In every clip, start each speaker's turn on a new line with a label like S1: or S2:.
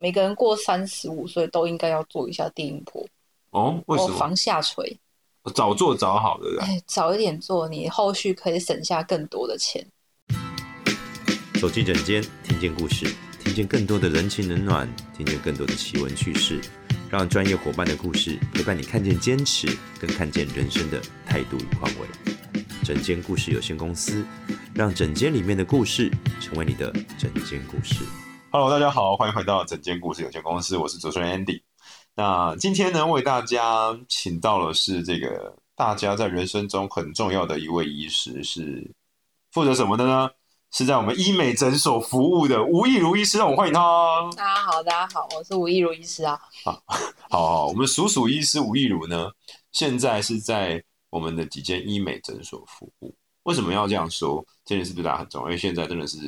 S1: 每个人过三十五岁都应该要做一下低音波，
S2: 哦，为什
S1: 哦，
S2: 么？
S1: 防下垂。
S2: 早做早好，对不对？
S1: 哎，早一点做，你后续可以省下更多的钱。
S3: 走进诊间，听见故事，听见更多的人情冷暖，听见更多的奇闻趣事，让专业伙伴的故事陪伴你看见坚持，跟看见人生的态度与宽慰。诊间故事有限公司，让诊间里面的故事成为你的诊间故事。
S2: Hello，大家好，欢迎回到整间故事有限公司，我是主持人 Andy。那今天呢，为大家请到的是这个大家在人生中很重要的一位医师，是负责什么的呢？是在我们医美诊所服务的吴亦如医师，让我们欢迎他。
S1: 大家好，大家好，我是吴亦如医师啊。
S2: 好好，我们数数医师吴亦如呢，现在是在我们的几间医美诊所服务。为什么要这样说？这件事对大家很重要，因为现在真的是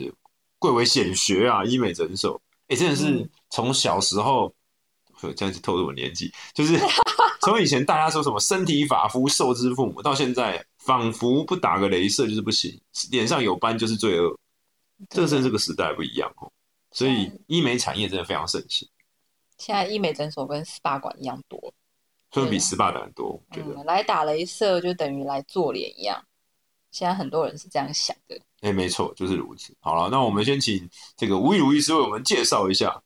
S2: 贵为显学啊，医美诊所，哎、真的是
S1: 嗯
S2: 从小时候，呃这样子透露我年纪，就是 从以前大家说什么身体发肤受之父母，到现在仿佛不打个镭射就是不行，脸上有斑就是罪恶，这是
S1: 嗯
S2: 这个时代不一样哦。所以医美产业真的非常盛行，
S1: 现在医美诊所跟 SPA 馆一样多，
S2: 所以比
S1: 对
S2: SPA 的很多，我觉得。
S1: 嗯，来打镭射就等于来做脸一样。现在很多人是这样想的。
S2: 哎、没错，就是如此。好了，那我们先请这个吴亦如医师为我们介绍一下，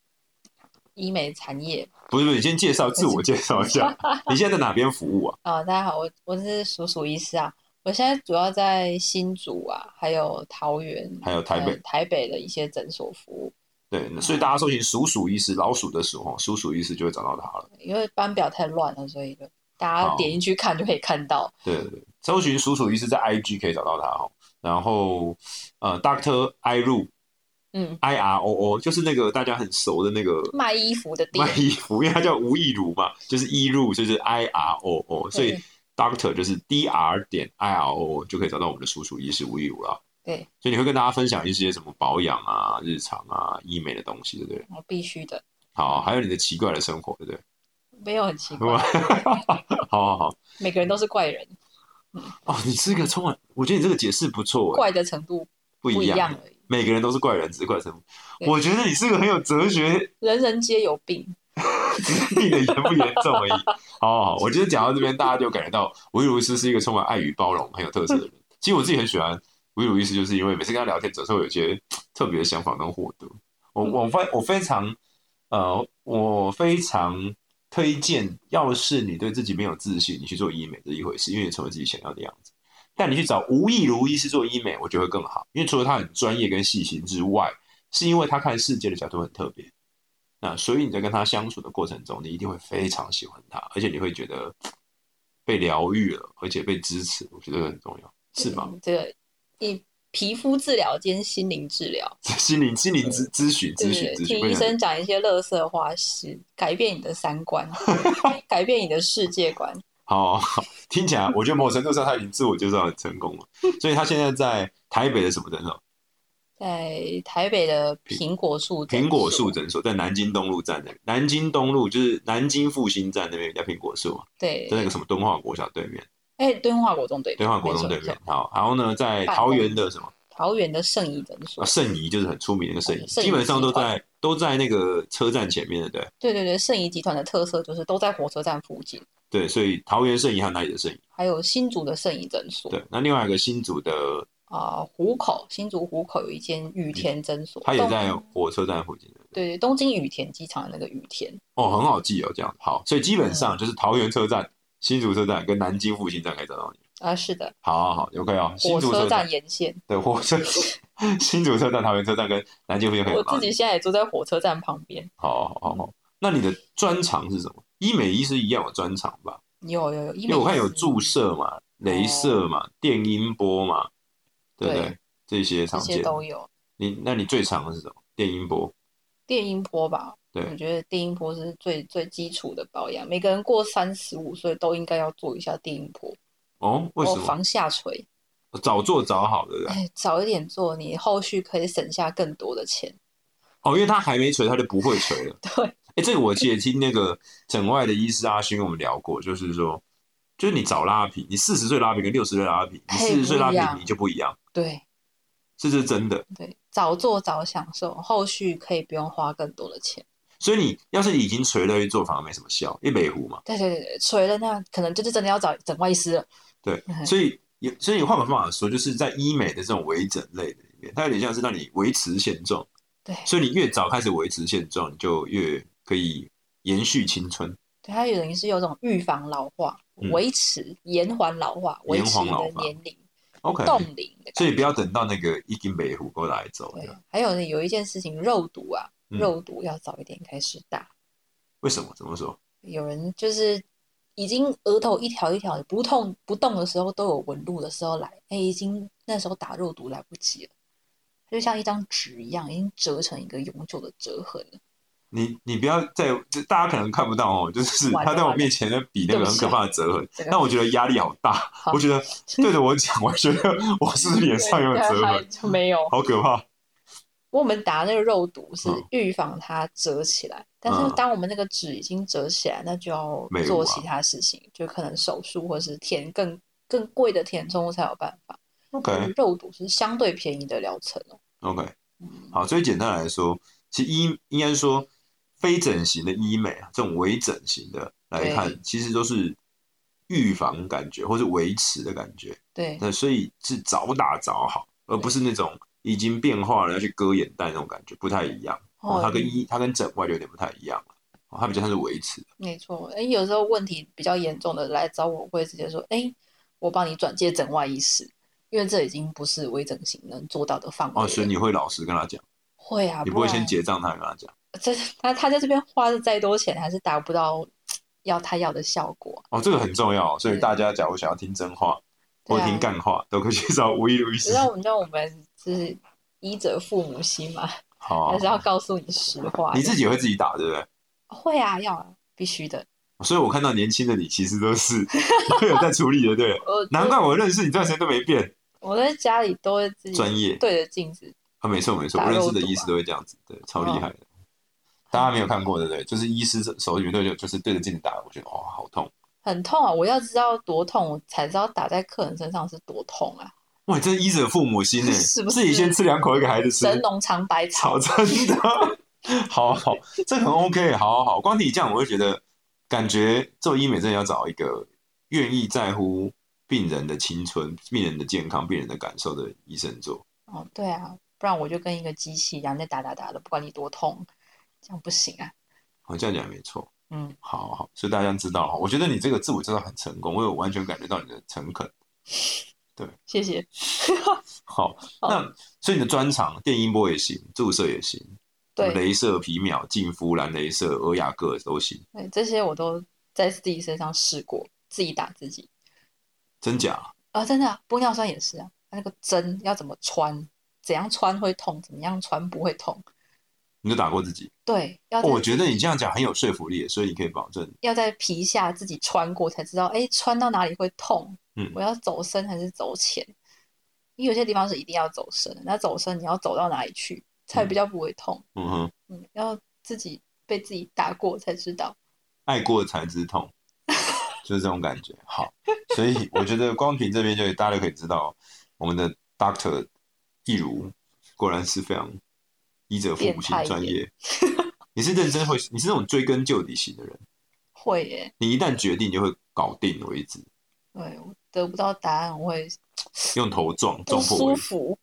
S1: 医美产业
S2: 不是不是，你先介绍自我介绍一下，你现在在哪边服务啊？
S1: 啊、大家好，我我是鼠鼠医师啊。我现在主要在新竹啊，还有桃园，
S2: 还有台北
S1: 呃台北的一些诊所服务。
S2: 对，那所以大家搜寻“鼠鼠医师”，老鼠的鼠哦，鼠鼠医师就会找到他了。
S1: 因为班表太乱了，所以就大家
S2: 好
S1: 点进去看就可以看到。
S2: 对对对，搜寻“鼠鼠医师”在 IG 可以找到他哦。然后呃，Doctor I r o
S1: 嗯，
S2: I R O O 就是那个大家很熟的那个
S1: 卖衣服的店
S2: 卖，衣服，因为他叫吴亦如嘛，就是一入就是 I R O O，所以
S1: 对
S2: Doctor 就是 D R 点 I R O O 就可以找到我们的叔叔医师吴亦如了。
S1: 对，
S2: 所以你会跟大家分享一些什么保养啊、日常啊、医美的东西，对不对？
S1: 我必须的，
S2: 好，还有你的奇怪的生活，对不对？
S1: 没有很奇怪
S2: 哇，好好好，
S1: 每个人都是怪人，
S2: 哦，你是个充满，我觉得你这个解释不错，欸
S1: 怪的程度不
S2: 不一
S1: 一
S2: 样，欸
S1: 样而已，
S2: 每个人都是怪人，只是怪生活。
S1: 对
S2: 我觉得你是个很有哲学
S1: 人人皆有病。
S2: 病的严不严重而已。好好好，我觉得讲到这边，大家就感觉到吴亦如医师是一个充满爱与包容、很有特色的人。其实我自己很喜欢吴亦如医师，就是因为每次跟他聊天，总是会有一些特别的想法跟获得。我
S1: 嗯
S2: 我非我非常呃，我非常推荐，要是你对自己没有自信，你去做医美这一回事，因为你成为自己想要的样子。但你去找吴亦如医师做医美，我觉得会更好，因为除了他很专业跟细心之外，是因为他看世界的角度很特别。那所以你在跟他相处的过程中，你一定会非常喜欢他，而且你会觉得嘖被疗愈了，而且被支持，我觉得很重要，是吗？
S1: 嗯？这个你皮肤治疗兼心灵治疗，
S2: 心灵心灵咨咨询咨询
S1: 对
S2: 咨询，
S1: 听医
S2: 非常
S1: 生讲一些乐色话，是改变你的三 观，改变你的世界观。
S2: 好 好，好听起来我觉得某程度上他已经自我介绍很 成功了，所以他现在在台北的什么诊所？
S1: 在台北的苹果树诊
S2: 苹果
S1: 所
S2: 树诊所，在南京东路站那里。南京东路就是南京复兴站那边有一家苹果树嘛，
S1: 对
S2: 在，那个什么敦化国小对面，
S1: 哎，敦化国中对面，
S2: 敦化国中
S1: 没错
S2: 对面。好，然后呢，在桃园的什么
S1: 桃园的圣医诊所
S2: 啊，圣仪，就是很出名的那个圣仪，
S1: 圣仪
S2: 基本上都
S1: 集团
S2: 在都在那个车站前面的，对
S1: 对对对，圣仪集团的特色就是都在火车站附近，
S2: 对，所以桃园圣仪和哪里的圣仪？
S1: 还有新竹的圣仪诊所，
S2: 对，那另外一个新竹的，
S1: 啊、湖口新竹湖口有一间羽田诊所，
S2: 它也在哦
S1: 东
S2: 火车站附近的。
S1: 对对东京羽田机场的那个羽田，
S2: 哦，很好记哦，这样好，所以基本
S1: 嗯
S2: 上就是桃园车站、新竹车站跟南京复兴站可以找到你。
S1: 啊是的，
S2: 好好好，OK 哦，新
S1: 火
S2: 竹
S1: 车
S2: 车
S1: 站沿线，
S2: 对火车，新竹车站、桃园车站跟南京复兴可以找
S1: 我
S2: 到
S1: 自
S2: 你。
S1: 己现在也住在火车站旁边，
S2: 好好好好，那你的专长是什么？医美医师一样有专长吧？
S1: 有有有，因
S2: 因为我看有注射嘛、镭射嘛、电音波嘛，对不对？
S1: 哦对
S2: 这些
S1: 这
S2: 常
S1: 些
S2: 见。
S1: 都有，
S2: 你那你最长的是什么？电音波。
S1: 电音波吧，
S2: 对
S1: 我觉得电音波是最最基础的保养，每个人过三十五岁都应该要做一下电音波，
S2: 哦，为什
S1: 哦
S2: 么？哦
S1: 防下垂。
S2: 早做早好，对不对？
S1: 哎，早一点做，你后续可以省下更多的钱。
S2: 哦，因为他还没垂，他就不会垂了。
S1: 对，
S2: 哎，这个我记得听那个整外的医师阿勋跟我们聊过，就是说，就是你早拉皮，你四十岁拉皮跟六十岁拉皮，你
S1: 嘿
S2: 四十岁拉
S1: 不一样
S2: 皮你就不一样，
S1: 对
S2: 这是真的。
S1: 对，早做早享受，后续可以不用花更多的钱。
S2: 所以你要是已经垂泪做，反而没什么效，因为美糊嘛。
S1: 对对对，垂了那可能就是真的要找整外医师了。
S2: 对，
S1: 嗯
S2: 所以也所以换个方法说，就是在医美的这种微整类的里面，它有点像是让你维持现状，
S1: 对，
S2: 所以你越早开始维持现状，你就越可以延续青春。
S1: 对，它有等于是有种预防老化、
S2: 嗯
S1: 维持、延缓老化、维
S2: 延
S1: 持
S2: 缓
S1: 你
S2: 老
S1: 的
S2: 化
S1: 年龄、
S2: OK，
S1: 冻龄的感觉。
S2: 所以不要等到那个一斤美糊过来走，
S1: 对，还有呢，有一件事情，肉毒啊，
S2: 嗯
S1: 肉毒要早一点开始打。
S2: 为什么？怎么说？
S1: 有人就是已经额头一条一条不痛不动的时候都有纹路的时候来，哎，已经那时候打肉毒来不及了，就像一张纸一样，已经折成一个永久的折痕了。
S2: 你你不要在这大家可能看不到哦，就是
S1: 完了
S2: 他在我
S1: 完了
S2: 面前在比那个很可怕的折痕
S1: 这，个
S2: 但我觉得压力好大，
S1: 好
S2: 我觉得对着我讲，我觉得我是不是脸上有折痕，
S1: 就没有。
S2: 好可怕。
S1: 我们打那个肉毒是
S2: 嗯
S1: 预防它折起来，但
S2: 嗯
S1: 是当我们那个纸已经折起来，那就要
S2: 美
S1: 做
S2: 容啊
S1: 其他事情，就可能手术或是填更更贵的填充物才有办法。
S2: OK
S1: 肉毒是相对便宜的疗程哦。嗯
S2: OK，好，所以简单来说，其实医应该是说非整形的医美啊，这种微整形的来看
S1: 对，
S2: 其实都是预防感觉或是维持的感觉。
S1: 对
S2: 那所以是早打早好，而不是那种已经变化了要去割眼袋那种感觉，不太一样。哦，它跟
S1: 嗯
S2: 医它跟整外就有点不太一样了，哦它比较像是维持的。
S1: 没错。哎，有时候问题比较严重的来找我，我会直接说：“哎，我帮你转接整外医师，因为这已经不是微整形能做到的范围了。
S2: 哦，所以你会老实跟他讲，
S1: 会啊，
S2: 你不会
S1: 然
S2: 先结账，他跟他讲。
S1: 这他他在这边花的再多钱，还是达不到要他要的效果。
S2: 哦，这个很重要哦，所以
S1: 对
S2: 大家假如想要听真话
S1: 嗯
S2: 或
S1: 对啊
S2: 听干话，都可以去找吴一路医
S1: 你
S2: 师
S1: 知。道，你知道我们就是医者父母心嘛，
S2: 好，啊
S1: 还是要告诉你实话的。
S2: 哦你自己也会自己打，对不对？
S1: 会啊，要啊，必须的。
S2: 所以我看到年轻的你，其实 都是都有在处理的，对。
S1: 我
S2: 难怪我认识你这段时间都没变，
S1: 我在家里都会自己
S2: 专业
S1: 对着镜子。
S2: 啊，没错没错，
S1: 打
S2: 我认
S1: 肉
S2: 识的
S1: 毒
S2: 医师
S1: 啊哦
S2: 都会这样子，对，超厉害的。大家没有看过，对不对？就是医师手语对就就是对着镜子打，我觉得哇、哦好痛！
S1: 很痛啊！我要知道多痛，我才知道打在客人身上是多痛啊！
S2: 哇，你真是医者父母心呢，欸
S1: 是不是
S2: 自己先吃两口给孩子吃，
S1: 神农尝百
S2: 好
S1: 草，
S2: 真的， 好好，这很 OK，好好好。光听你这样，我就觉得感觉做医美真的要找一个愿意在乎病人的青春、病人的健康、病人的感受的医生做。
S1: 哦，对啊，不然我就跟一个机器一样在打打打的，不管你多痛，这样不行啊。
S2: 好，这样讲也没错。
S1: 嗯，
S2: 好好，所以大家知道哈，我觉得你这个自我介绍很成功，我有完全感觉到你的诚恳。
S1: 谢谢。
S2: 好，那所以你的专长电音波也行，注射也行，
S1: 对
S2: 什么镭射、皮秒、净肤、蓝镭射、欧雅各都行，
S1: 对，这些我都在自己身上试过，自己打自己
S2: 真假？
S1: 啊，真的啊，玻尿酸也是啊，它那个针要怎么穿，怎样穿会痛，怎么样穿不会痛，
S2: 你就打过自己？哦
S1: 对，要在
S2: 我觉得你这样讲很有说服力，所以你可以保证
S1: 要在皮下自己穿过才知道，哎，穿到哪里会痛？
S2: 嗯
S1: 我要走深还是走浅？因为有些地方是一定要走深的，那走深你要走到哪里去才比较不会痛？
S2: 嗯哼，
S1: 嗯，要自己被自己打过才知道。
S2: 爱过才知 痛，就是这种感觉。好，所以我觉得光凭这边就大家就可以知道，我们的 Doctor 易如果然是非常医者父母心
S1: 变态一点
S2: 专业。你是认真会，你是那种追根究底型的人，
S1: 会耶，
S2: 你一旦决定就会搞定为止，
S1: 对，我得不到答案我会
S2: 用头撞
S1: 不
S2: 撞破
S1: 舒
S2: 为止，
S1: 服，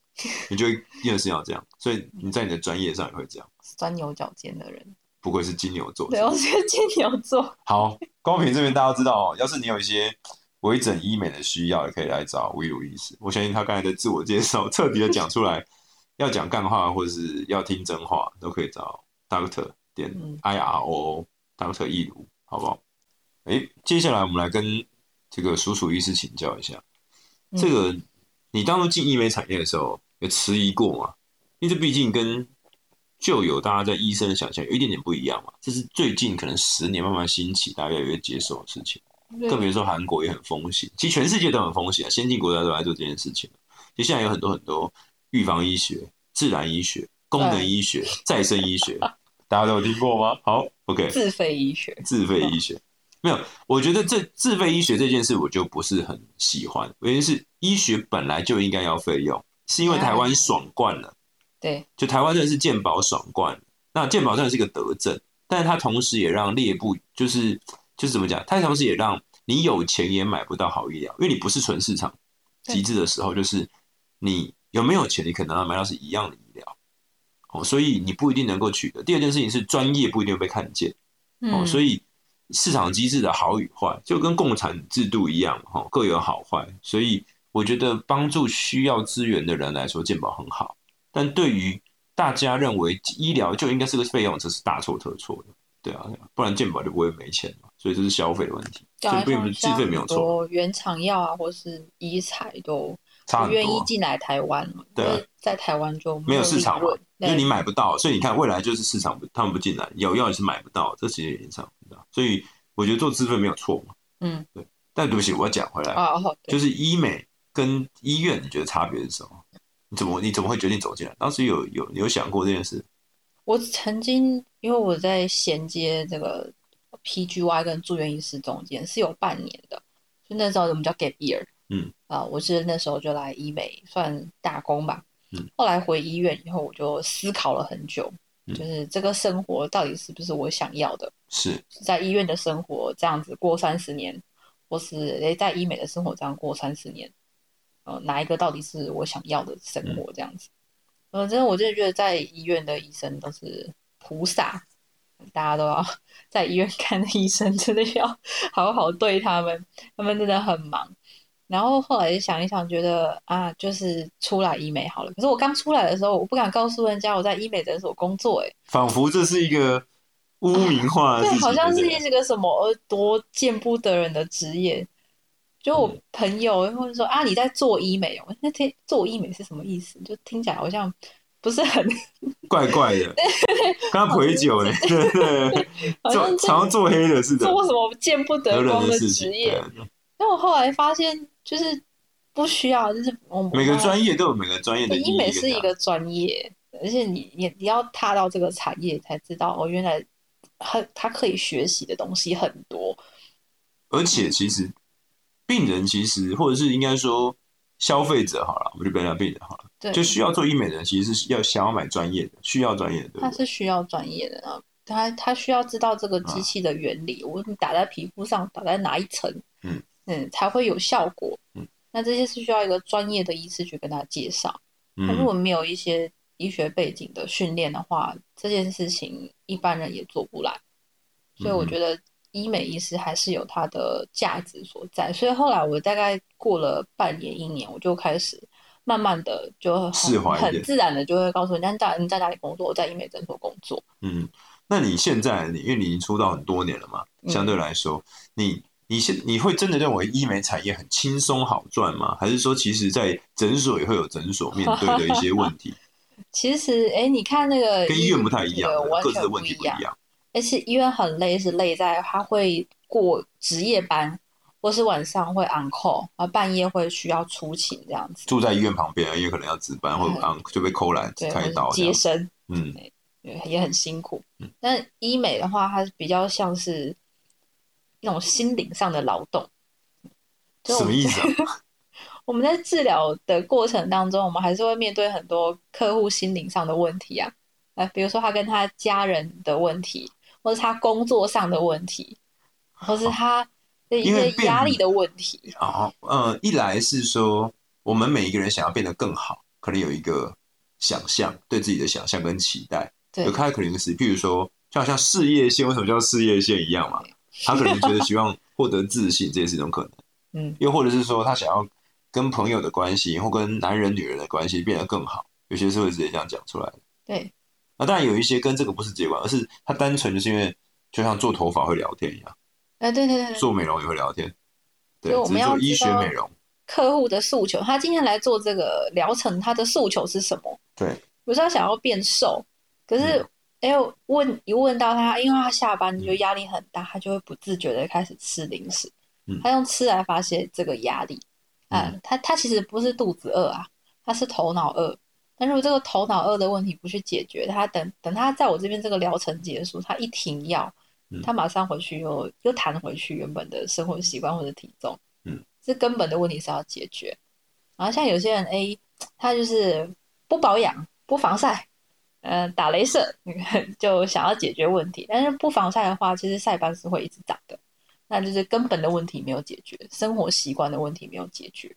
S2: 你就会一件事情要这样。所以你在你的专业上也会这样，
S1: 钻牛角尖的人。
S2: 不愧是金牛座。
S1: 对，我觉得 金牛座
S2: 好，光凭这边大家知道哦，要是你有一些微整医美的需要，也可以来找威如医师。我相信他刚才的自我介绍彻底的讲出来，要讲干话或者是要听真话，都可以找 Doctor 点
S1: 嗯
S2: I R O O Doctor 易如，好不好？诶，接下来我们来跟这个鼠鼠医师请教一下，
S1: 嗯
S2: 这个你当初进医美产业的时候，有迟疑过吗？因为这毕竟跟旧有大家在医生的想象有一点点不一样嘛，这是最近可能十年慢慢兴起，大家越来越接受的事情。更别说韩国也很风行，其实全世界都很风行啊，先进国家都在做这件事情。其实现在有很多很多预防医学、自然医学、功能医学、再生医学，大家都有听过吗？好，OK，
S1: 自费医学，
S2: 自费医学。没有，我觉得这自费医学这件事我就不是很喜欢，原因是医学本来就应该要费用，是因为台湾爽惯了，
S1: 对
S2: 就台湾真的是健保爽惯了。那健保真的是一个德政，但它同时也让猎部就是就是怎么讲，它同时也让你有钱也买不到好医疗，因为你不是纯市场
S1: 对
S2: 极致的时候，就是你有没有钱，你可能要买到是一样的医疗。哦，所以你不一定能够取得。第二件事情是专业不一定会被看见。哦，
S1: 嗯，
S2: 所
S1: 以
S2: 以市场机制的好与坏，就跟共产制度一样，哈、哦，各有好坏。所以我觉得帮助需要资源的人来说，健保很好，但对于大家认为医疗就应该是个费用，这是大错特错的。对啊，对啊不然健保就不会没钱嘛。所以这是消费的问题，
S1: 啊
S2: 所以并不是自费没有错，，
S1: 原厂药啊，或是医材都
S2: 差
S1: 不
S2: 很
S1: 愿意
S2: 多。啊
S1: 进来台湾嘛，
S2: 对啊
S1: 因为在台湾就
S2: 没有市
S1: 利
S2: 场嘛
S1: 润，
S2: 因
S1: 对
S2: 为你买不到，所以你看未来就是市场不，他们不进来，有药也是买不到，这其实也影响很大。所以我觉得做自费没有错嘛。
S1: 嗯
S2: 但对不起，我要讲回来，
S1: 啊，哦对
S2: 就是医美跟医院，你觉得差别是什么？你怎么你怎么会决定走进来？当时有有有想过这件事？
S1: 我曾经因为我在衔接这个 PGY 跟住院医师中间是有半年的，就那时候我们叫 gap year，
S2: 嗯，
S1: 啊，我是那时候就来医美算打工吧，
S2: 嗯，
S1: 后来回医院以后，我就思考了很久，
S2: 嗯
S1: 就是这个生活到底是不是我想要的，
S2: 是
S1: 在医院的生活这样子过三十年，或是诶在医美的生活这样过三十年，呃，哪一个到底是我想要的生活这样子？呃，真的我真的觉得在医院的医生都是菩萨，大家都要 在医院看的医生，真的要 好好对他们，他们真的很忙。然后后来想一想，觉得啊，就是出来医美好了。可是我刚出来的时候，我不敢告诉人家我在医美诊所工作、欸，
S2: 仿佛这是一个污名化的事
S1: 对，
S2: 情，
S1: 好像是
S2: 对不对
S1: 一个什么呃多见不得人的职业。就我
S2: 嗯
S1: 朋友或者说啊，你在做医美哦？那天做医美是什么意思？就听起来好像不是很，
S2: 怪 怪的，刚刚陪酒呢，对对，
S1: 好像
S2: 做
S1: 在
S2: 常常做黑的是的，
S1: 做什么见不得
S2: 得人
S1: 光
S2: 的事情
S1: 职，业。
S2: 对
S1: 但我后来发现，就是不需要，就是我们
S2: 每个专业都有每个专业的
S1: 哦对
S2: 意义
S1: 医美是一
S2: 跟价值
S1: 个专业，而且你你你要踏到这个产业才知道哦，原来很它可以学习的东西很多。
S2: 而且其实病人其实或者是应该说消费者好了，我们就不要讲病人好了，
S1: 对，
S2: 就需要做医美的人其实是要想要买专业的，需要专业的，对不
S1: 他
S2: 对？
S1: 是需要专业的啊，他他需要知道这个
S2: 啊
S1: 机器的原理，我你打在皮肤上，打在哪一层，
S2: 嗯
S1: 才会有效果。
S2: 嗯，
S1: 那这些是需要一个专业的医师去跟他介绍。那如
S2: 嗯
S1: 果没有一些医学背景的训练的话，这件事情一般人也做不来。所以我
S2: 嗯
S1: 觉得医美医师还是有它的价值所在。所以后来我大概过了半年一年，我就开始慢慢的就很
S2: 释怀一点
S1: 很自然的就会告诉人家，大你在哪里工作？我在医美诊所工作。
S2: 嗯，那你现在你因为你已经出道很多年了嘛，
S1: 嗯
S2: 相对来说，你你现你会真的认为医美产业很轻松好赚吗？还是说其实在诊所也会有诊所面对的一些问题，
S1: 其实，哎，你看那个
S2: 跟医院不太一 样
S1: 对，完
S2: 各自
S1: 全
S2: 的
S1: 不
S2: 问
S1: 一
S2: 题不一
S1: 样。
S2: 样。
S1: 而且医院很累，是累在他会过值夜班，或是晚上会 on call，然后半夜会需要出勤这样子。
S2: 住在医院旁边，也啊可能要值班，或者
S1: 嗯
S2: 啊就被扣篮
S1: 对，
S2: 开
S1: 或
S2: 刀
S1: 是
S2: 这
S1: 接
S2: 样。
S1: 生，
S2: 嗯，
S1: 也也很辛苦
S2: 嗯。
S1: 但医美的话，它比较像是那种心灵上的劳动。就我
S2: 什么
S1: 们
S2: 意 思啊？
S1: 我们在治疗的过程当中，我们还是会面对很多客户心灵上的问题啊，啊，比如说他跟他家人的问题，或是他工作上的问题，或是他的一
S2: 因为
S1: 些
S2: 变
S1: 压力的问题。
S2: 啊，呃，一来是说我们每一个人想要变得更好，可能有一个想象，对自己的想象跟期待。
S1: 对
S2: 有，开可能是，譬如说，就好像事业线，为什么叫事业线一 样嘛？他可能觉得希望获得自信，这也是一种可能。
S1: 嗯，
S2: 又或者是说，他想要跟朋友的关系，或跟男人、女人的关系变得更好，有些是会直接这样讲出来的。
S1: 对，
S2: 那当然有一些跟这个不是结关，而是他单纯就是因为，就像做头发会聊天一样，
S1: 哎，对对对对，
S2: 做美容也会聊天，对
S1: 所以我，
S2: 只
S1: 们
S2: 是
S1: 要
S2: 做医
S1: 知
S2: 学
S1: 道
S2: 美容，
S1: 客户的诉求，他今天来做这个疗程，他的诉求是什么？
S2: 对，嗯
S1: 比如说他想要变瘦，可是哎、我问一问到他，因为他下班就压力很大，他就会不自觉的开始吃零食，
S2: 嗯
S1: 他用吃来发泄这个压力。
S2: 嗯
S1: 嗯，他他其实不是肚子饿啊，他是头脑饿。但如果这个头脑饿的问题不去解决，他等等他在我这边这个疗程结束，他一停药
S2: 嗯，
S1: 他马上回去又又弹回去原本的生活习惯或者体重，
S2: 嗯，
S1: 这根本的问题是要解决。然后像有些人，哎，他就是不保养、不防晒，呃打镭射，就想要解决问题。但是不防晒的话，其实晒斑是会一直长的，那就是根本的问题没有解决，生活习惯的问题没有解决。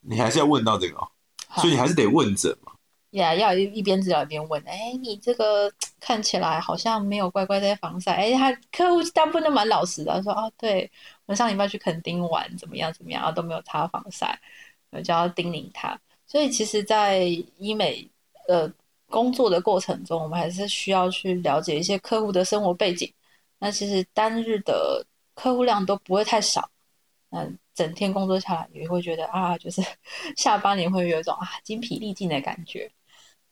S2: 你还是要问到这个、哦，所以你还是得问诊嘛。
S1: 呀，要一一边治疗一边问，哎，你这个看起来好像没有乖乖在防晒，哎，他客户大部分都蛮老实的，说哦，对我上礼拜去垦丁玩，怎么样怎么样啊，都没有擦防晒，我就要叮咛他。所以其实，在医美呃工作的过程中，我们还是需要去了解一些客户的生活背景。那其实单日的客户量都不会太少，嗯，整天工作下来，你会觉得啊，就是 下班你会有一种啊精疲力尽的感觉。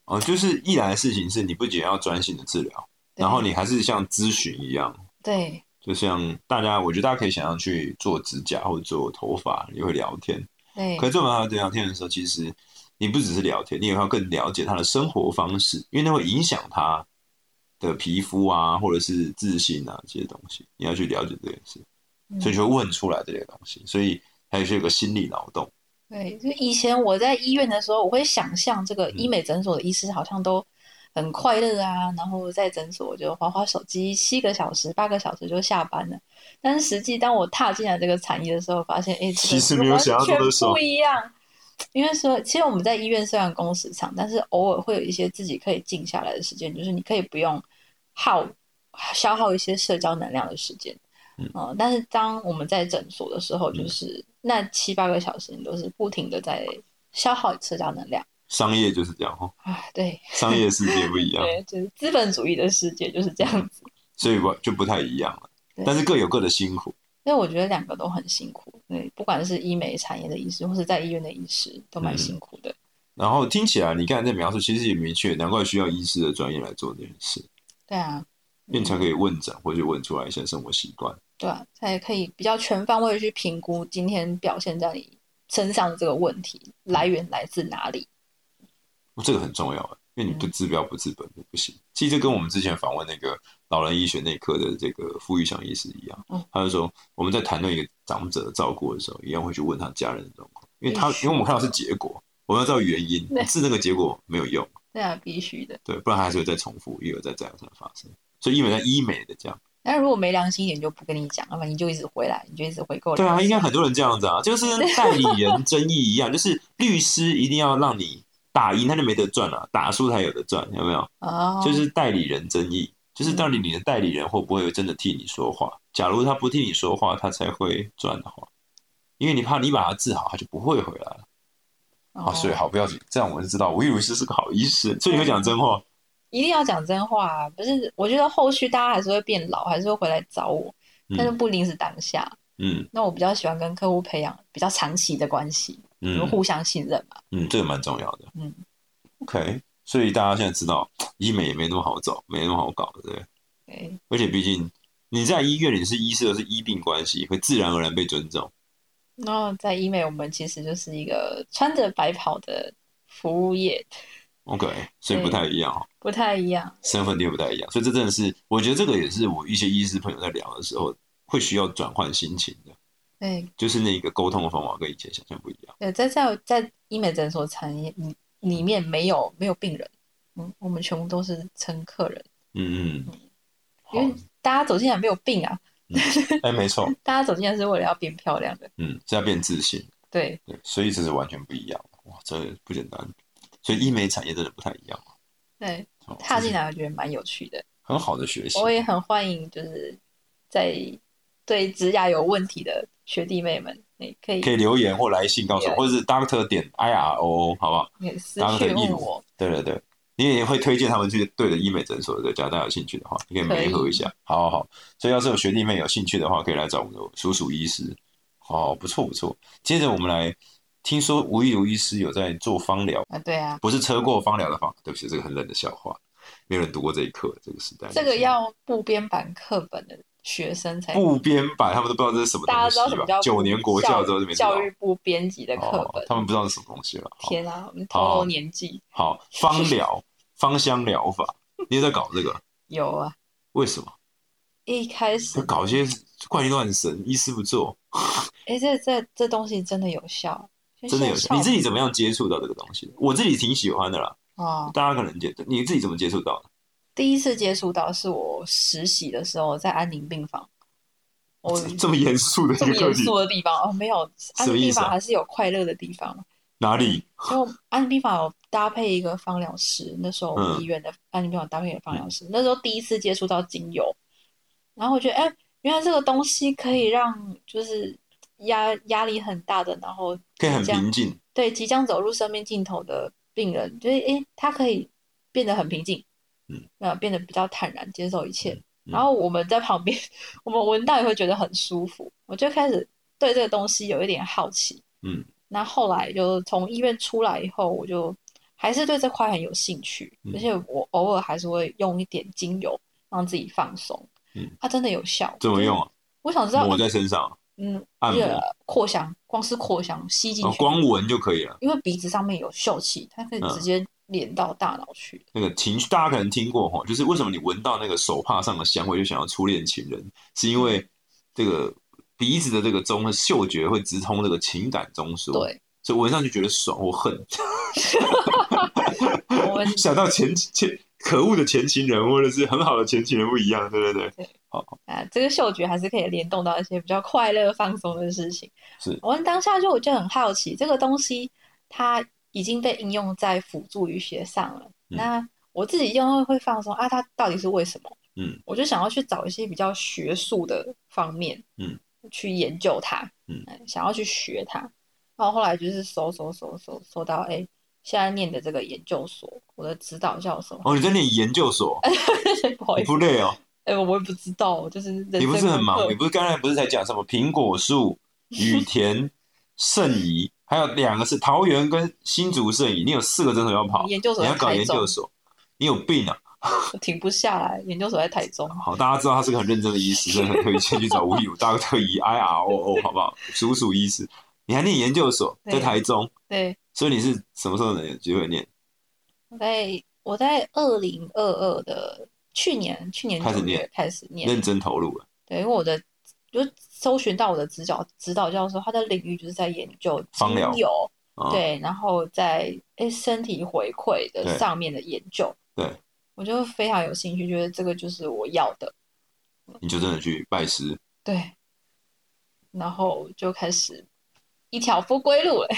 S2: 哦，就是一来的事情是你不仅要专心的治疗，
S1: 对
S2: 然后你还是像咨询一样，
S1: 对
S2: 就像大家，我觉得大家可以想象去做指甲或者做头发，也会聊天。
S1: 对
S2: 可是做完他的聊天的时候，其实你不只是聊天，你也要更了解他的生活方式，因为那会影响他的皮肤啊，或者是自信啊这些东西，你要去了解这件事，
S1: 嗯
S2: 所以就会问出来这些东西，所以还是有个心理脑洞。
S1: 对，就以前我在医院的时候，我会想象这个医
S2: 嗯
S1: 美诊所的医师好像都很快乐啊，然后在诊所就划划手机，七个小时、八个小时就下班了。但是实际当我踏进来这个产业的时候，发现，哎，这
S2: 其
S1: 个
S2: 实
S1: 是
S2: 没有
S1: 完
S2: 想象中
S1: 全
S2: 的爽
S1: 不一样。因为说，其实我们在医院虽然工时长，但是偶尔会有一些自己可以静下来的时间，就是你可以不用耗消耗一些社交能量的时间。哦，但是当我们在诊所的时候，
S2: 嗯
S1: 就是那七八个小时，你都是不停的在消耗社交能量。
S2: 商业就是这样哦，
S1: 啊，对
S2: 商业世界不一样，
S1: 对，就是资本主义的世界就是这样子。
S2: 所以不就不太一样了。
S1: 对
S2: 嗯但是各有各的辛苦，
S1: 所以我觉得两个都很辛苦，对，不管是医美产业的医师，或是在医院的医师，都
S2: 嗯
S1: 蛮辛苦的。
S2: 然后听起来你刚才在描述，其实也明确，难怪需要医师的专业来做这件事，
S1: 对啊，
S2: 因为你才可以问诊或者问出来一些生活习惯。
S1: 对啊，才可以比较全方位地去评估今天表现在你身上的这个问题来源来自哪里。
S2: 哦这个很重要，啊因为你不治标不治本就不行。其实这跟我们之前访问那个老人医学内科的这个傅玉祥医师一样，
S1: 嗯
S2: 他就说我们在谈论一个长者的照顾的时候，一样会去问他家人的状况，因为他
S1: 必须
S2: 因为我们看到是结果，我们要知道原因，
S1: 对
S2: 治那个结果没有用，
S1: 对啊，必须的。
S2: 对，不然还是会再重复，一而再再而三地发生。所以医美在医美的这样，
S1: 但如果没良心一点，就不跟你讲，要不然你就一直回来，你就一直回购。
S2: 对啊，应该很多人这样子啊，就是跟代理 人争议一样，就是律师一定要让你打赢，他就没得赚了、啊打输才有的赚，有没有？
S1: 哦，嗯
S2: 就是代理人争议，就是到底你的代理人会不会真的替你说话？假如他不替你说话，他才会赚的话，因为你怕你把他治好，他就不会回来了。啊，
S1: 哦
S2: 所以好不要紧，这样我们就知道我以为是是个好医师，所以你会讲真话。
S1: 一定要讲真话啊！不是，我觉得后续大家还是会变老，还是会回来找我，但是
S2: 嗯
S1: 不一定是当下。
S2: 嗯
S1: 那我比较喜欢跟客户培养比较长期的关系，你们
S2: 嗯
S1: 互相信任嘛。
S2: 嗯，这个蛮重要的。
S1: 嗯
S2: ，OK，所以大家现在知道医美也没那么好找，没那么好搞，对不对？
S1: 对
S2: 而且毕竟你在医院里是医师，而是医病关系，会自然而然被尊重。
S1: 然后在医美，我们其实就是一个穿着白袍的服务业，
S2: OK，所以不
S1: 对
S2: 太一样哦。
S1: 不太一样。
S2: 身份地位不太一样，所以这真的是，我觉得这个也是我一些医师朋友在聊的时候会需要转换心情的，
S1: 对
S2: 就是那个沟通的方法跟以前想象不一样。
S1: 呃对，在在在医美诊所产业里里面没有没有病人，嗯，我们全部都是称客人，
S2: 嗯嗯，
S1: 因，
S2: 好
S1: 为大家走进来没有病啊，
S2: 哎，没错，
S1: 大家走进来是为了要变漂亮的。
S2: 嗯，是要变自信，
S1: 对，
S2: 对，所以这是完全不一样的，哇，这不简单，所以医美产业真的不太一样，
S1: 对，
S2: 哦
S1: 踏进
S2: 这是
S1: 来我觉得蛮有趣的。
S2: 很好的学习，
S1: 我也很欢迎，就是在对指甲有问题的学弟妹们，你可以
S2: 可以留言或来信告诉我，
S1: 对
S2: 或者是 Doctor 点 I R O，好不好？
S1: 可以私
S2: 当
S1: 讯
S2: 成义
S1: 问
S2: 务
S1: 我。
S2: 对对对，你也会推荐他们去对的医美诊所，对，假如大家有兴趣的话，你可以
S1: 可以
S2: 媒合一下。好好好，所以要是有学弟妹有兴趣的话，可以来找我们的叔叔医师。哦，不错不错。接着我们来听说吴亦如医师有在做芳疗，
S1: 啊，对啊，
S2: 不是车祸芳疗的芳，对不起，这个很冷的笑话，没有人读过这一课，这个时代。
S1: 这个要部编版课本的学生才，
S2: 部编版，他们都不知道这是什么
S1: 大家
S2: 东
S1: 知道什
S2: 西
S1: 么
S2: 吧
S1: 叫？
S2: 九年国教之后就没知道
S1: 教育部编辑的课
S2: 哦
S1: 本。
S2: 他们哦不知道是什么东西了。好
S1: 天啊，我们透露年纪
S2: 好，芳疗、芳香疗法，你也在搞这个？
S1: 有啊，
S2: 为什么？
S1: 一开始
S2: 就搞一些怪力乱神，医师不做，
S1: 哎，这这这东西真的有效，
S2: 真的有
S1: 效
S2: 你自己怎么样接触到这个东西的？我自己挺喜欢的啦，
S1: 哦，
S2: 大家可能觉得你自己怎么接触到的？
S1: 第一次接触到是我实习的时候，在安宁病房，我
S2: 这么严肃的
S1: 这
S2: 一
S1: 么
S2: 个课
S1: 严
S2: 题，
S1: 肃的地方哦，没有安
S2: 什么
S1: 宁
S2: 意
S1: 病
S2: 思啊
S1: 房还是有快乐的地方。
S2: 哪里？
S1: 就安宁病房有搭配一个芳疗师，那时候我们
S2: 嗯
S1: 医院的安宁病房搭配一个芳疗师，那时候第一次接触到精油，然后我觉得，哎、原来这个东西可以让就是压压力很大的，然后
S2: 可以很
S1: 这样
S2: 平静，
S1: 对即将走入生命尽头的病人，就是哎、诶他可以变得很平静，
S2: 嗯，
S1: 呃，变得比较坦然接受一切。
S2: 嗯
S1: 然后我们在旁边， 我们闻到也会觉得很舒服。我就开始对这个东西有一点好奇，
S2: 嗯，
S1: 那后来就从医院出来以后，我就还是对这块很有兴趣，
S2: 嗯
S1: 而且我偶尔还是会用一点精油让自己放松，
S2: 嗯，
S1: 它真的有效。
S2: 怎么用啊？
S1: 我想知道
S2: 抹，在身上，
S1: 嗯，
S2: 按摩哦
S1: 热扩香，光是扩香吸进
S2: 然后
S1: 去，
S2: 光闻就可以了。
S1: 因为鼻子上面有嗅气，它可以
S2: 嗯
S1: 直接连到大脑去。
S2: 那个情绪，大家可能听过哈，就是为什么你闻到那个手帕上的香味就想要初恋情人，是因为这个鼻子的这个中嗅觉会直通这个情感中枢，，
S1: 对，
S2: 所以闻上去觉得爽或恨，
S1: 我们
S2: 想到前前可恶的前情人或者是很好的前情人不一样，对对对，
S1: 啊，这个嗅觉还是可以联动到一些比较快乐、放松的事情。
S2: 是
S1: 我们当下就我就很好奇，这个东西它已经被应用在辅助医学上了。
S2: 嗯
S1: 那我自己用会放松啊，它到底是为什么？
S2: 嗯，
S1: 我就想要去找一些比较学术的方面，
S2: 嗯，
S1: 去研究它，
S2: 嗯，
S1: 想要去学它。然后后来就是搜搜搜搜搜到，哎，现在念的这个研究所，我的指导教授，
S2: 哦，你在念研究所，
S1: 哎不好
S2: 你
S1: 意思
S2: 不，累哦？
S1: 哎，我也不知道，我就是人
S2: 你不
S1: 生
S2: 是很
S1: 功
S2: 忙？
S1: 课
S2: 你不是刚才不是才讲什么苹果树、羽田、圣仪，还有两个是桃园跟新竹圣仪，你有四个诊所要跑，
S1: 研究所
S2: 你要
S1: 在
S2: 搞
S1: 台
S2: 研究
S1: 中
S2: 所，你有病啊！
S1: 我停不下来，研究所在台中。
S2: 好，大家知道他是个很认真的 医师，所以很推荐去找吴以武大特医 I R O O，好不好？数数医师，你还念研究所，在
S1: 对
S2: 台中，
S1: 对，
S2: 所以你是什么时候能有机会念？
S1: 我在我在二零二二的去年去年
S2: 开始
S1: 九
S2: 念
S1: 月开始念，
S2: 认真投入了，
S1: 对，因为我的就搜寻到我的指导指导教授，他的领域就是在研究
S2: 芳
S1: 精
S2: 疗
S1: 油，
S2: 啊、
S1: 对，然后在诶身体回馈
S2: 对
S1: 的上面的研究，
S2: 对
S1: 我就非常有兴趣，觉得这个就是我要的，
S2: 你就真的去拜师，
S1: 对，然后就开始一条不归路了，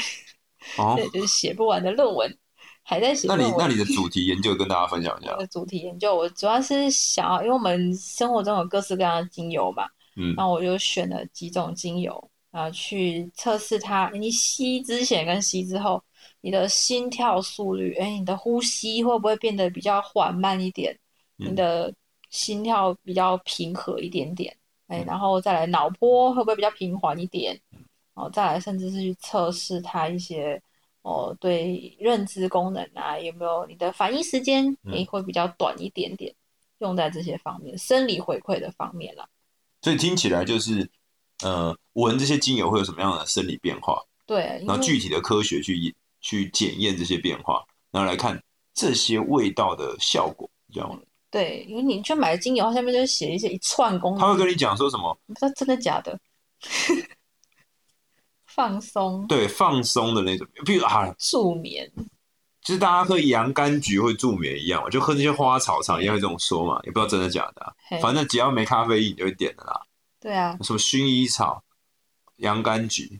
S2: 哦
S1: 对，，就是写不完的论文，还在写
S2: 那
S1: 论
S2: 你
S1: 文。
S2: 那你的主题研究跟大家分享一下
S1: 我，的主题研究，我主要是想要，因为我们生活中有各式各样的精油嘛，
S2: 嗯
S1: 那我就选了几种精油，然后去测试它，诶你吸之前跟吸之后，你的心跳速率，哎，你的呼吸会不会变得比较缓慢一点，你
S2: 嗯
S1: 的心跳比较平和一点点，哎
S2: 嗯，
S1: 然后再来脑波会不会比较平缓一点，然后再来甚至是去测试它一些。哦，对认知功能啊，有没有你的反应时间
S2: 嗯
S1: 也会比较短一点点，用在这些方面，生理回馈的方面啦。
S2: 所以听起来就是，呃，闻这些精油会有什么样的生理变化，
S1: 对，因
S2: 然后
S1: 为
S2: 具体的科学去去检验这些变化，然后来看这些味道的效果，你知道吗？
S1: 对，因为你去买精油，它下面就写一些一串功
S2: 他
S1: 能，
S2: 会跟你讲说什么？
S1: 你不知道真的假的。 放松、
S2: 对，放松的那种，比如啊，
S1: 助眠，
S2: 就是大家喝洋甘菊会助眠一样嘛，就喝那些花草茶也会这种说嘛，也不知道真的假的啊、
S1: 嘿，
S2: 反正只要没咖啡因，你就会点的啦。
S1: 对啊，
S2: 什么薰衣草、洋甘菊，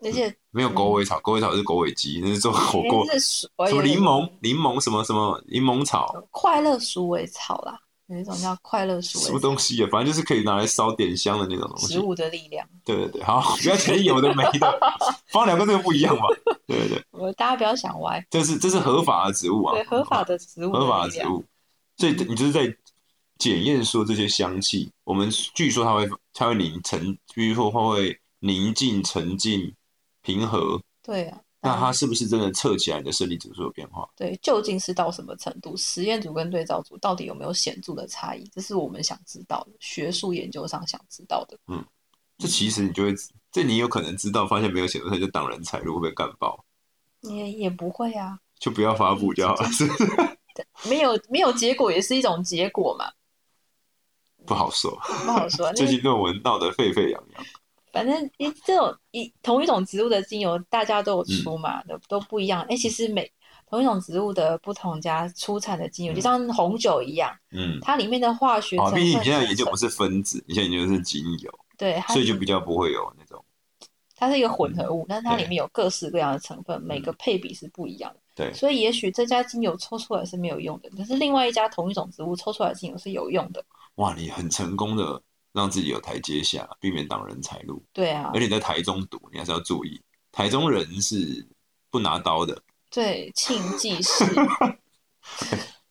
S1: 而且哎
S2: 没有狗尾草，狗尾草是狗尾鸡，那是做火锅。
S1: 这嗯是
S2: 什么柠檬、柠檬什么什么柠檬草，
S1: 快乐鼠尾草啦，有一种叫快乐鼠
S2: 什
S1: 尾
S2: 么
S1: 草，
S2: 东西啊？反正就是可以拿来烧点香的那种东西
S1: 植。物的力量。
S2: 对对对，好，不要全有的没的，芳疗跟这个不一样嘛。对对对，
S1: 我大家不要想歪，
S2: 这是这是合法的植物啊，
S1: 对，合法的植物
S2: 合
S1: 的
S2: 法的
S1: 力
S2: 植
S1: 量，
S2: 物，所以你就是在检验说这些香气，我们据说它会它会凝沉，据说它会宁静、沉静、平和，
S1: 对啊。
S2: 那它
S1: 嗯
S2: 是不是真的测起来你的生理指数有变化？
S1: 对究竟是到什么程度，实验组跟对照组到底有没有显著的差异，这是我们想知道的，学术研究上想知道的。
S2: 这其实你就会，这你有可能知道，发现没有显著，它就挡人财路，会被干爆，
S1: 也也不会啊，
S2: 就不要发布就好了，嗯是不是？
S1: 没有 没有结果也是一种结果嘛，
S2: 不好说，
S1: 不好说。
S2: 最
S1: 那
S2: 近论文闹得沸沸扬扬，
S1: 反正一
S2: 嗯
S1: 这种一同一种植物的精油，大家都有出嘛，都都不一样。哎、其实每同一种植物的不同家出产的精油，就像红酒一样，
S2: 嗯，
S1: 它里面的化学成
S2: 好，
S1: 分
S2: 毕竟你现在
S1: 组
S2: 研究
S1: 成
S2: 不是分子，你现在研究的是精油，
S1: 对，它
S2: 所以
S1: 是
S2: 就比较不会有那种
S1: 它是一个混合物，但是它里
S2: 对嗯
S1: 面有各式各样的成分，每个配比是不一样的。
S2: 对
S1: 所以也许这家精油抽出来是没有用的，但是另外一家同一种植物抽出来的精油是有用的。
S2: 哇，你很成功的让自己有台阶下，避免挡人财路。
S1: 对啊
S2: 而，且在台中读，你还是要注意，台中人是不拿刀的。
S1: 对，庆记是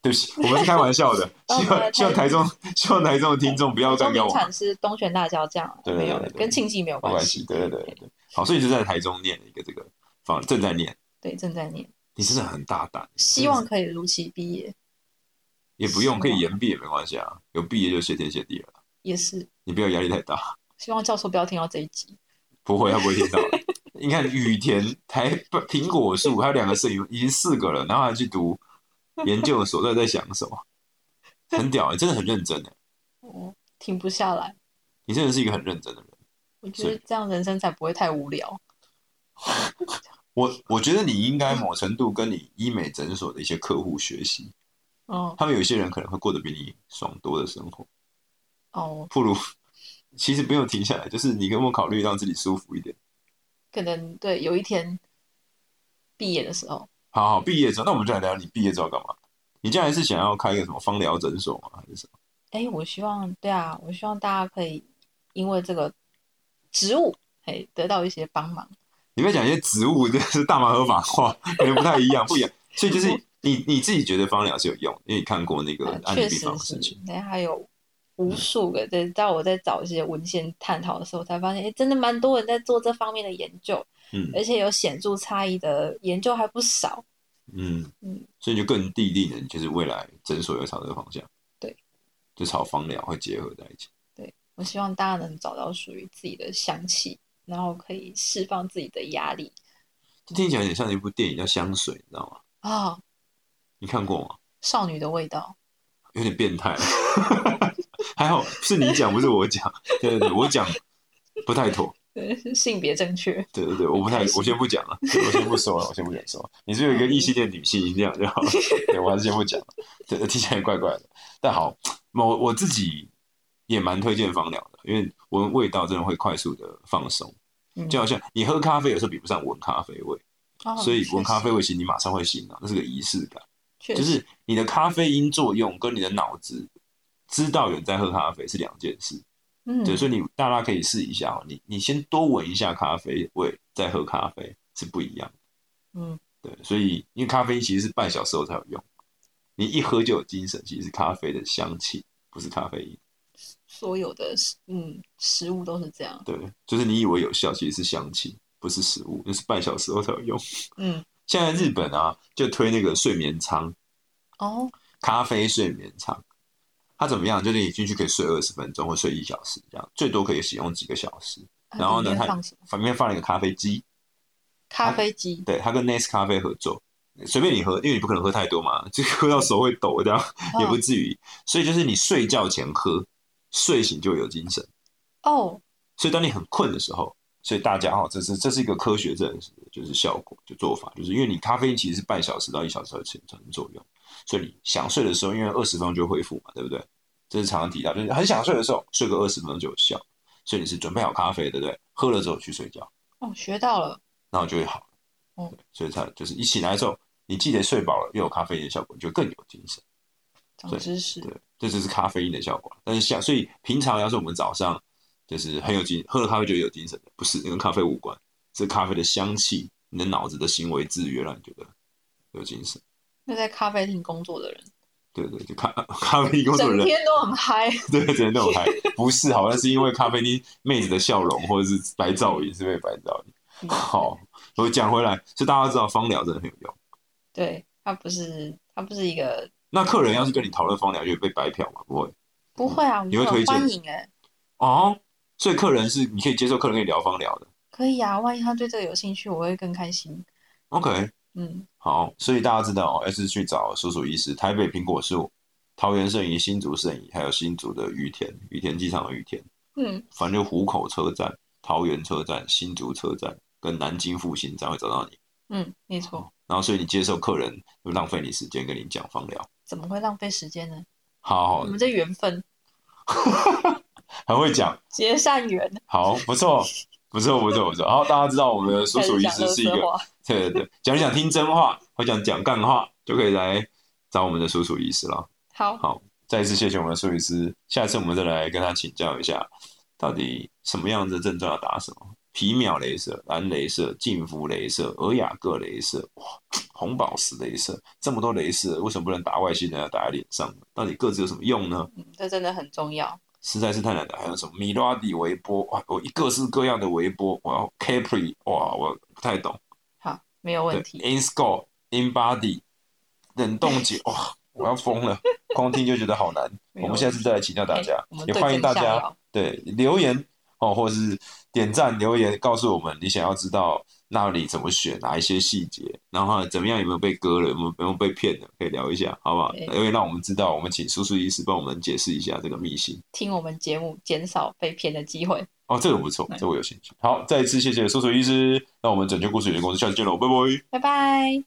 S2: 对不起，我们是开玩笑的，
S1: 哦
S2: 希望希望台中希望台中的听众不要
S1: 中
S2: 干掉
S1: 名
S2: 我们，
S1: 产是东泉辣椒酱，
S2: 对
S1: 啊没有
S2: 对
S1: 的
S2: 对，对
S1: 跟庆记没有
S2: 没
S1: 关
S2: 关系。
S1: 系。
S2: 对对对对，好，所以你就在台中念了一个这个方，正在念，
S1: 对，正在念，
S2: 你真的很大胆，
S1: 希望可以如期毕业，
S2: 也不用
S1: 希望
S2: 可以延毕也没关系啊，有毕业就谢天谢地了，
S1: 也是
S2: 你不要压力太大，
S1: 希望教授不要听到这一集。
S2: 不会，他不会听到。 你看雨田、台不苹果树，还有两个摄影，已经四个了，然后还去读研究所，到底在想什么？很屌、欸，真的很认真哎、
S1: 我停不下来，
S2: 你真的是一个很认真的人。
S1: 我觉得这样人生才不会太无聊。
S2: 我我觉得你应该某程度跟你医美诊所的一些客户学习，
S1: 嗯，
S2: 他们有一些人可能会过得比你爽多的生活，
S1: 哦，
S2: 不如其实不用停下来，就是你有没有考虑让自己舒服一点？
S1: 可能对，有一天毕业的时候，
S2: 好好，毕业之后，那我们就来聊你毕业之后干嘛？你将来是想要开一个什么芳疗诊所吗？还是什么？
S1: 哎，我希望，对啊，我希望大家可以因为这个植物，哎，得到一些帮忙。
S2: 你不要讲一些植物，这是大麻合法化，可能不太一样，不一样。所以就是你你自己觉得芳疗是有用，因为你看过那个
S1: 啊
S2: 案例
S1: 确
S2: 比
S1: 实
S2: 方的
S1: 是
S2: 事情，，嗯
S1: 那还有无数个在在我在找一些文献探讨的时候，才发现，哎，真的蛮多人在做这方面的研究，
S2: 嗯
S1: 而且有显著差异的研究还不少。
S2: 嗯
S1: 嗯，
S2: 所以就更地定了，就是未来诊所有朝这个方向，
S1: 对，
S2: 就朝芳疗会结合在一起。
S1: 我希望大家能找到属于自己的香气，然后可以释放自己的压力
S2: 这听起来有点像一部电影叫《香水》，你知道吗？
S1: 啊、
S2: 你看过吗？
S1: 少女的味道，
S2: 有点变态。 还好是你讲，不是我讲。对对对，我讲不太妥。
S1: 对， 性别正确，
S2: 对对对，我不太
S1: 开，心
S2: 我先不讲了，对我先不说了，我先不讲说。你是有一个异性恋女性，这样就好了。对，我还是先不讲了。对，听起来怪怪的。但好，我我自己也蛮推荐芳疗的，因为闻味道真的会快速的放松，
S1: 嗯，
S2: 就好像你喝咖啡有时候比不上闻咖啡味，
S1: 哦
S2: 所以
S1: 确
S2: 闻咖
S1: 实
S2: 啡味其实你马上会醒脑，那是个仪式感。
S1: 确
S2: 就
S1: 实
S2: 是你的咖啡因作用跟你的脑子知道有人在喝咖啡是两件事。
S1: 嗯，
S2: 对，所以你大家可以试一下哦，你你先多闻一下咖啡味，再喝咖啡是不一样的。
S1: 嗯，
S2: 对，所以因为咖啡其实是半小时后才有用，你一喝就有精神，其实是咖啡的香气，不是咖啡因。
S1: 所有的食嗯食物都是这样，
S2: 对，就是你以为有效，其实是香气，不是食物，就是半小时后才有用。
S1: 嗯，
S2: 现在日本啊，就推那个睡眠舱，
S1: 哦，
S2: 咖啡睡眠舱，它怎么样？就是你进去可以睡二十分钟或睡一小时这样，最多可以使用几个小时。
S1: 它
S2: 然后
S1: 里
S2: 呢，
S1: 面
S2: 它
S1: 放什么？
S2: 旁边放了一个咖啡机，
S1: 咖啡机，
S2: 对，它跟 Nest 咖啡合作，随便你喝，因为你不可能喝太多嘛，就喝到手会抖这样，也不至于。所以就是你睡觉前喝，睡醒就有精神。
S1: 哦，
S2: 所以当你很困的时候，所以大家哦哈，这是这是一个科学证实的，就是效果就做法，就是因为你咖啡因其实是半小时到一小时的前程作用，所以你想睡的时候，因为二十分钟就恢复嘛，对不对？这是常常提到，就是很想睡的时候，睡个二十分钟就有效，所以你是准备好咖啡，对不对？喝了之后去睡觉，
S1: 哦，学到了，
S2: 然后就会好。
S1: 嗯
S2: 对，所以它就是一起来之后，你记得睡饱了，又有咖啡因的效果，你就更有精神。
S1: 长
S2: 对
S1: 知识。
S2: 对，这就是咖啡因的效果。但是像所以平常要是我们早上就是很有精，喝了咖啡就有精神的，不是跟咖啡无关，是咖啡的香气，你的脑子的行为制约让你觉得有精神。
S1: 那在咖啡厅工作的人，
S2: 对对，就咖 咖啡因工作
S1: 整
S2: 人，
S1: 天都很嗨，
S2: 对对那种还不是好像是因为咖啡因妹子的笑容或者是白噪音是被白噪音。
S1: 嗯
S2: 好，我讲回来，就大家知道芳疗真的很有用。
S1: 对，它不是，它不是一个，
S2: 那客人要是跟你讨论芳疗，就会被白嫖吗？不会
S1: 不会啊，我
S2: 嗯你
S1: 们
S2: 会推
S1: 很
S2: 荐
S1: 欢迎哎，
S2: 哦，所以客人是你可以接受客人跟你聊芳疗的。
S1: 可以啊，万一他对这个有兴趣，我会更开心。
S2: OK，
S1: 嗯，
S2: 好，所以大家知道哦，要是去找叔叔医师，台北苹果树、桃园圣仪、新竹圣仪，还有新竹的羽田、羽田机场的羽田，
S1: 嗯，
S2: 反正就湖口车站、桃园车站、新竹车站跟南京复兴站会找到你。
S1: 嗯，没错，
S2: 然后所以你接受客人就浪费你时间跟你讲放疗，
S1: 怎么会浪费时间呢？
S2: 好
S1: 我
S2: 好
S1: 们这缘分，
S2: 很会讲，
S1: 结善缘，
S2: 好不错不错不错不错，好大家知道我们的叔
S1: 开
S2: 叔
S1: 始
S2: 医
S1: 讲
S2: 师
S1: 乐
S2: 是一
S1: 色
S2: 个
S1: 话。
S2: 对对对，讲一讲听真话或讲讲干话就可以来找我们的叔叔医师了。
S1: 好，
S2: 好再一次谢谢我们的兽医师，下次我们再来跟他请教一下，到底什么样子的症状要打什么？皮秒镭射、蓝镭射、净肤镭射、尔雅各镭射，哇，红宝石镭射，这么多镭射，为什么不能打外星人，要打在脸上呢？到底各自有什么用呢？
S1: 嗯，这真的很重要。
S2: 实在是太难了。还有什么米拉底微波，哇，我各式各样的微波，我要 Capri，哇，我不太懂。
S1: 好，没有
S2: 对
S1: 问题。
S2: In Score、In Body、冷冻解，哇，我要疯了，光听就觉得好难。
S1: 没有哎
S2: 我们下次再来请教大家
S1: OK，我，们
S2: 也
S1: 对
S2: 欢迎大
S1: 症下
S2: 家
S1: 药
S2: 对留言哦，或是点赞留言，告诉我们你想要知道那里怎么选哪一些细节，然后怎么样有没有被割了，有没有有没有被骗的，可以聊一下，好不好？
S1: 对
S2: 留言让我们知道，我们请叔叔医师帮我们解释一下这个秘辛。
S1: 听我们节目，减少被骗的机会。
S2: 哦，这个不错，
S1: 对
S2: 这个我有兴趣。好，再一次谢谢叔叔医师，那我们拯救故事有限公司下次见喽，拜拜。
S1: 拜拜。